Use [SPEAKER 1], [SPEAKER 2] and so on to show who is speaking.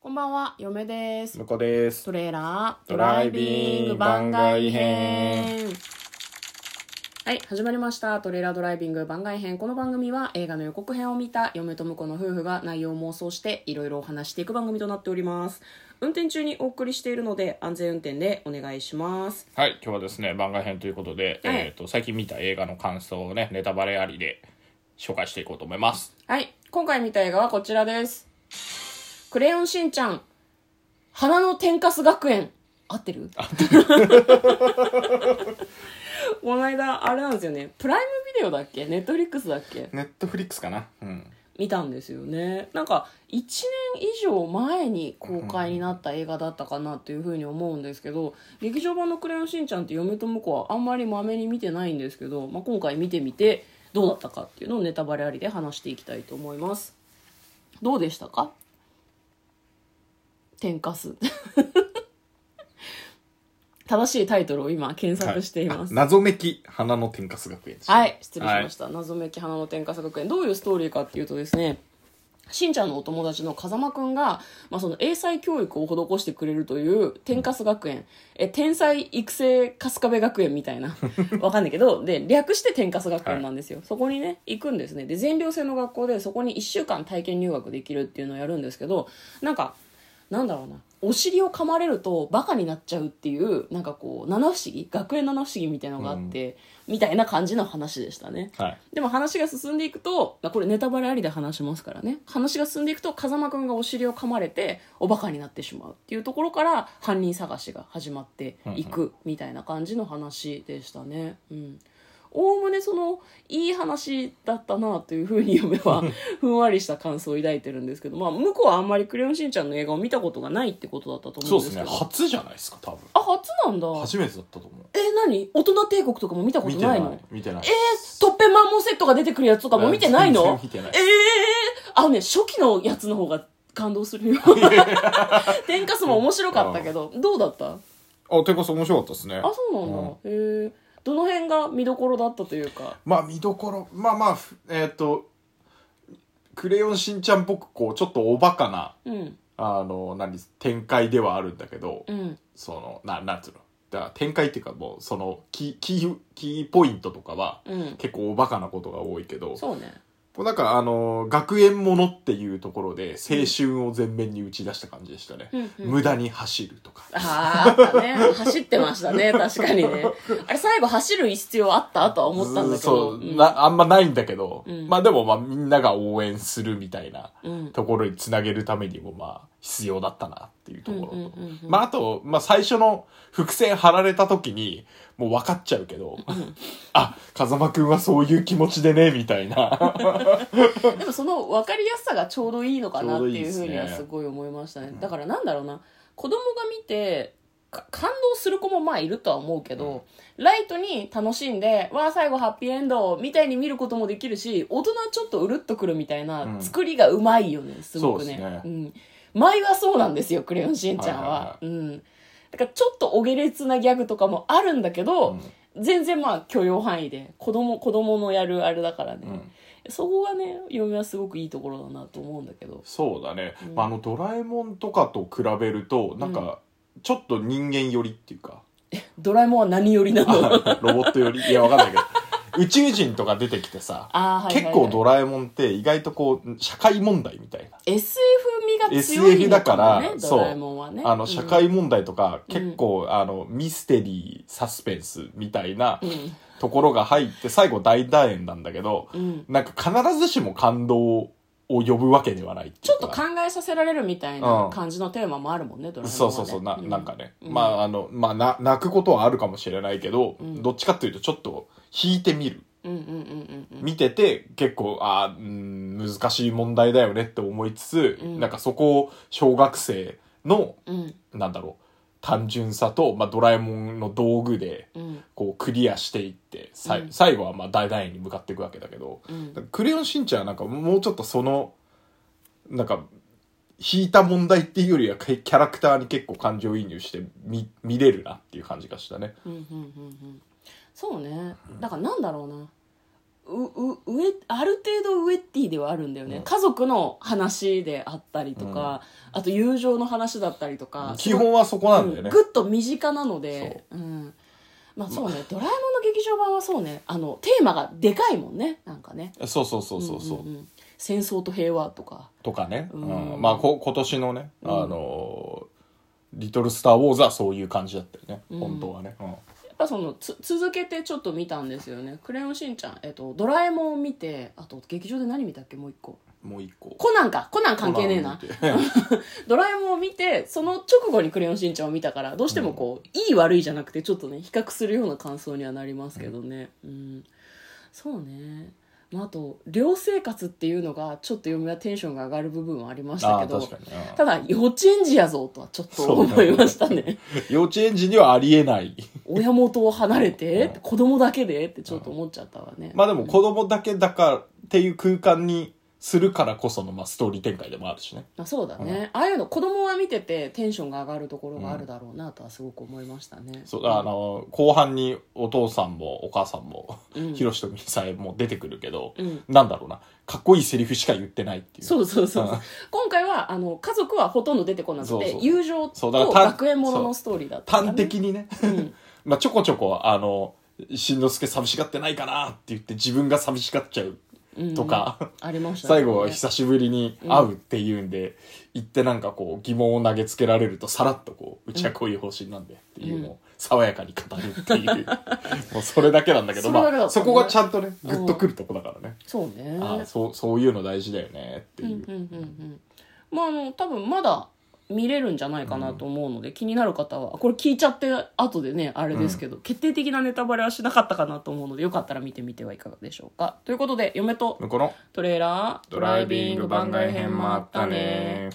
[SPEAKER 1] こんばんは、嫁です。
[SPEAKER 2] 向こうです
[SPEAKER 1] トレーラード
[SPEAKER 2] ド
[SPEAKER 1] ラ
[SPEAKER 2] ラ
[SPEAKER 1] イ
[SPEAKER 2] イ
[SPEAKER 1] ビ
[SPEAKER 2] ビ
[SPEAKER 1] ン
[SPEAKER 2] ン
[SPEAKER 1] グ
[SPEAKER 2] グ
[SPEAKER 1] 番
[SPEAKER 2] 番
[SPEAKER 1] 外
[SPEAKER 2] 外
[SPEAKER 1] 編
[SPEAKER 2] 編。
[SPEAKER 1] はい、始まりました。トレーラードライビング番外編。この番組は映画の予告編を見た嫁と婿の夫婦が内容を妄想していろいろお話していく番組となっております。運転中にお送りしているので安全運転でお願いします。
[SPEAKER 2] はい今日はですね番外編ということで、
[SPEAKER 1] はい
[SPEAKER 2] えー、と最近見た映画の感想をねネタバレありで紹介していこうと思います
[SPEAKER 1] はい、今回見た映画はこちらです。クレヨンしんちゃん、花の天かす学園。合ってる この間、あれなんですよね。プライムビデオだっけネットフリックスだっけ
[SPEAKER 2] ネットフリックスかなうん
[SPEAKER 1] 見たんですよね。なんか、1年以上前に公開になった映画だったかなっていうふうに思うんですけど、劇場版のクレヨンしんちゃんって嫁と婿はあんまりまめに見てないんですけど、まあ、今回見てみて、どうだったかっていうのをネタバレありで話していきたいと思います。どうでしたか天かす。 正しいタイトルを今検索しています。
[SPEAKER 2] はいあ謎めき花の天かす学園でした
[SPEAKER 1] はい、失礼しました。謎めき花の天かす学園。どういうストーリーかっていうとですね、しんちゃんのお友達の風間くんが、まあ、その英才教育を施してくれるという天かす学園、え天才育成春日部学園みたいなわかんないけどで略して天かす学園なんですよ、そこにね行くんですねで全寮制の学校でそこに1週間体験入学できるっていうのをやるんですけどなんかなんだろうなお尻を噛まれるとバカになっちゃうっていうなんかこう七不思議学園七不思議みたいなのがあって、みたいな感じの話でしたね
[SPEAKER 2] はい
[SPEAKER 1] でも話が進んでいくと、まあ、これネタバレありで話しますからね話が進んでいくと風間くんがお尻を噛まれておバカになってしまうっていうところから犯人探しが始まっていくみたいな感じの話でしたね。うんおおむねそのいい話だったなというふうに嫁はふんわりした感想を抱いてるんですけど、まあ、向こうはあんまり「クレヨンしんちゃん」の映画を見たことがないってことだったと思
[SPEAKER 2] そううんで
[SPEAKER 1] ですす
[SPEAKER 2] ね
[SPEAKER 1] けど
[SPEAKER 2] 初じゃないですか多分
[SPEAKER 1] あ初なんだ
[SPEAKER 2] 初めてだったと思う
[SPEAKER 1] え何大人帝国とかも見たこと
[SPEAKER 2] 見て
[SPEAKER 1] な
[SPEAKER 2] ないい
[SPEAKER 1] の
[SPEAKER 2] 見てない
[SPEAKER 1] トッペンマンモンセットが出てくるやつとかも見てないの
[SPEAKER 2] 全然見てない
[SPEAKER 1] ええあのね、初期のやつの方が感動するよ。天かすも面白かったけど、どうだったあ、
[SPEAKER 2] あ天かす面白かったですね
[SPEAKER 1] そうなんだ。へえ。どの辺が見どころだったというか。
[SPEAKER 2] まあ見どころまあまあふえっ、と「クレヨンしんちゃん」っぽくこうちょっとおバカな
[SPEAKER 1] うん、
[SPEAKER 2] あの何展開ではあるんだけど、
[SPEAKER 1] うん、
[SPEAKER 2] そのななんつうのだから展開っていうかもうそのキーキーキーポイントとかは
[SPEAKER 1] うん。
[SPEAKER 2] 結構おバカなことが多いけど、
[SPEAKER 1] そうね。
[SPEAKER 2] もうなんかあの学園ものっていうところで青春を前面に打ち出した感じでしたね、
[SPEAKER 1] うんうん
[SPEAKER 2] 無駄に走るとか
[SPEAKER 1] ああ、あったね。走ってましたね。確かにね。あれ、最後走る必要あったとは思ったんだけど。
[SPEAKER 2] そう、
[SPEAKER 1] うん
[SPEAKER 2] なあんまないんだけど、
[SPEAKER 1] うん
[SPEAKER 2] まあでもまあみんなが応援するみたいな
[SPEAKER 1] うん。
[SPEAKER 2] ところにつなげるためにもまあ必要だったなっていうところと、
[SPEAKER 1] うんうんうんうん
[SPEAKER 2] まああと、まあ、最初の伏線張られた時にもう分かっちゃうけど、あ風間くんはそういう気持ちでねみたいな
[SPEAKER 1] でもその分かりやすさがちょうどいいのかなっていう
[SPEAKER 2] ち
[SPEAKER 1] ふ
[SPEAKER 2] ょ
[SPEAKER 1] う
[SPEAKER 2] うど
[SPEAKER 1] に
[SPEAKER 2] いいで
[SPEAKER 1] は
[SPEAKER 2] すね
[SPEAKER 1] すごい思いましたねだからなんだろうな子供が見てか感動する子もまあいるとは思うけど、ライトに楽しんで「わあ最後ハッピーエンド」みたいに見ることもできるし大人はちょっとうるっとくるみたいな
[SPEAKER 2] うん
[SPEAKER 1] 作りがうまいよねすごくね
[SPEAKER 2] そうですね
[SPEAKER 1] ん、前はそうなんですよ「クレヨンしんちゃんは」
[SPEAKER 2] はいは
[SPEAKER 1] うん、だからちょっとお下劣なギャグとかもあるんだけど、全然まあ許容範囲で子供子供のやるあれだからね、
[SPEAKER 2] うん
[SPEAKER 1] そこがね嫁はすごくいいところだなと思うんだけど
[SPEAKER 2] そうだね、
[SPEAKER 1] うん
[SPEAKER 2] まあ、あの「ドラえもん」とかと比べるとなんかちょっと人間寄りっていうか、
[SPEAKER 1] ドラえもんは何よりなの
[SPEAKER 2] ロボット寄りいや分かんないけど宇宙人とか出てきてさ、
[SPEAKER 1] あーはいはい
[SPEAKER 2] 結構ドラえもんって意外とこう社会問題みたいな。
[SPEAKER 1] SF 味が強いのかもね
[SPEAKER 2] SF だから
[SPEAKER 1] ドラえもんはね
[SPEAKER 2] あの社
[SPEAKER 1] うん
[SPEAKER 2] 会問題とか、結構あのミステリーサスペンスみたいな
[SPEAKER 1] うん
[SPEAKER 2] ところが入って最後大団円なんだけど、
[SPEAKER 1] うん
[SPEAKER 2] なんか必ずしも感動を呼ぶわけではないって
[SPEAKER 1] ち
[SPEAKER 2] い
[SPEAKER 1] ょ
[SPEAKER 2] う
[SPEAKER 1] っと
[SPEAKER 2] か
[SPEAKER 1] 考えさせられるみたいな感じのテーマもあるもんね、ドラえもんは、ね、
[SPEAKER 2] そうそうそうな,、なんかね、
[SPEAKER 1] うん
[SPEAKER 2] まああのまあな泣くことはあるかもしれないけど、
[SPEAKER 1] うん
[SPEAKER 2] どっちかっていうとちょっと引いてみる
[SPEAKER 1] うんうんうんうんうん
[SPEAKER 2] 見てて結構あーうん難しい問題だよねって思いつつ、
[SPEAKER 1] うん
[SPEAKER 2] なんかそこを小学生の
[SPEAKER 1] うん
[SPEAKER 2] なんだろう単純さと、まあ、ドラえもんの道具で
[SPEAKER 1] うん
[SPEAKER 2] こうクリアしていってさい
[SPEAKER 1] うん
[SPEAKER 2] 最後はまあ大団円に向かっていくわけだけど
[SPEAKER 1] うん
[SPEAKER 2] 「クレヨンしんちゃん」はなんかもうちょっとそのなんか引いた問題っていうよりはキャラクターに結構感情移入して見見れるなっていう感じがしたね。
[SPEAKER 1] うんうんうんうんそうねだからなんだろうなうう上ある程度ウエッティではあるんだよね、
[SPEAKER 2] うん
[SPEAKER 1] 家族の話であったりとか、あと友情の話だったりとか
[SPEAKER 2] 基本はそこなんだよ
[SPEAKER 1] うん
[SPEAKER 2] ね、
[SPEAKER 1] ぐっと身近なのでうんまあそうね、ドラえもんの劇場版はそうねあのテーマがでかいもんねなんかね
[SPEAKER 2] そうそうそうそうそう、
[SPEAKER 1] んんん戦争と平和とか
[SPEAKER 2] とかね、
[SPEAKER 1] うん
[SPEAKER 2] うんまあこ今年のね「あのーリトル・スター・ウォーズ」はそういう感じだったよね、
[SPEAKER 1] ん
[SPEAKER 2] 本当はね、うん
[SPEAKER 1] やっぱそのつ続けてちょっと見たんですよね「クレヨンしんちゃん」えっと「ドラえもん」を見てあと劇場で何見たっけもう一個
[SPEAKER 2] もう一個
[SPEAKER 1] コナンかコナン関係ねえな
[SPEAKER 2] コ ナン見て
[SPEAKER 1] ドラえもんを見てその直後に「クレヨンしんちゃん」を見たからどうしてもこう、いい悪いじゃなくてちょっとね比較するような感想にはなりますけどねうん、そうねまあ、あと寮生活っていうのがちょっと読みはテンションが上がる部分はありました
[SPEAKER 2] あ
[SPEAKER 1] け
[SPEAKER 2] あ
[SPEAKER 1] ど
[SPEAKER 2] 確かに、うん
[SPEAKER 1] ただ幼稚園児やぞとはちょっと
[SPEAKER 2] そうね
[SPEAKER 1] 思いました ね
[SPEAKER 2] 幼稚園児にはありえない
[SPEAKER 1] 親元を離れて、
[SPEAKER 2] うん
[SPEAKER 1] 子供だけでってちょっと思っちゃったわね、
[SPEAKER 2] まあでも子供だけだからっていう空間にするからこその、まあ、ストーリー展開でもあるしね
[SPEAKER 1] まあ、そうだね、ああいうの子供は見ててテンションが上がるところがあるだろうなとはすごく思いましたね、
[SPEAKER 2] そうあの後半にお父さんもお母さんも
[SPEAKER 1] うん
[SPEAKER 2] ヒロシとミサエも出てくるけど、
[SPEAKER 1] うん
[SPEAKER 2] なんだろうなかっこいいセリフしか言ってないっていう
[SPEAKER 1] そうそうそう
[SPEAKER 2] うん
[SPEAKER 1] 今回はあの家族はほとんど出てこなくて
[SPEAKER 2] そうそう
[SPEAKER 1] 友情と
[SPEAKER 2] そうだからた
[SPEAKER 1] 学園もののストーリーだった、
[SPEAKER 2] 端的にね、
[SPEAKER 1] ん
[SPEAKER 2] まあちょこちょこあのしんのすけ寂しがってないかなって言って自分が寂しがっちゃうとか、
[SPEAKER 1] ありましたね
[SPEAKER 2] 最後久しぶりに会うっていうんで、行ってなんかこう疑問を投げつけられるとさらっとこううちはこういう方針なんでっていうのを爽やかに語るっていう、 もうそれだけなんだけど
[SPEAKER 1] それだけだ
[SPEAKER 2] ま
[SPEAKER 1] っ
[SPEAKER 2] あ、
[SPEAKER 1] た
[SPEAKER 2] そ
[SPEAKER 1] ね
[SPEAKER 2] こがちゃんとねグッとくるとこだからね、
[SPEAKER 1] そうね
[SPEAKER 2] ああそうそういうの大事だよねっていう、
[SPEAKER 1] うんうんうんうんまああの多分まだ見れるんじゃないかなと思うので、気になる方はこれ聞いちゃって後でねあれですけど、決定的なネタバレはしなかったかなと思うのでよかったら見てみてはいかがでしょうかということで嫁と
[SPEAKER 2] 向こうの
[SPEAKER 1] トレーラー
[SPEAKER 2] ドライビング番外編もあったね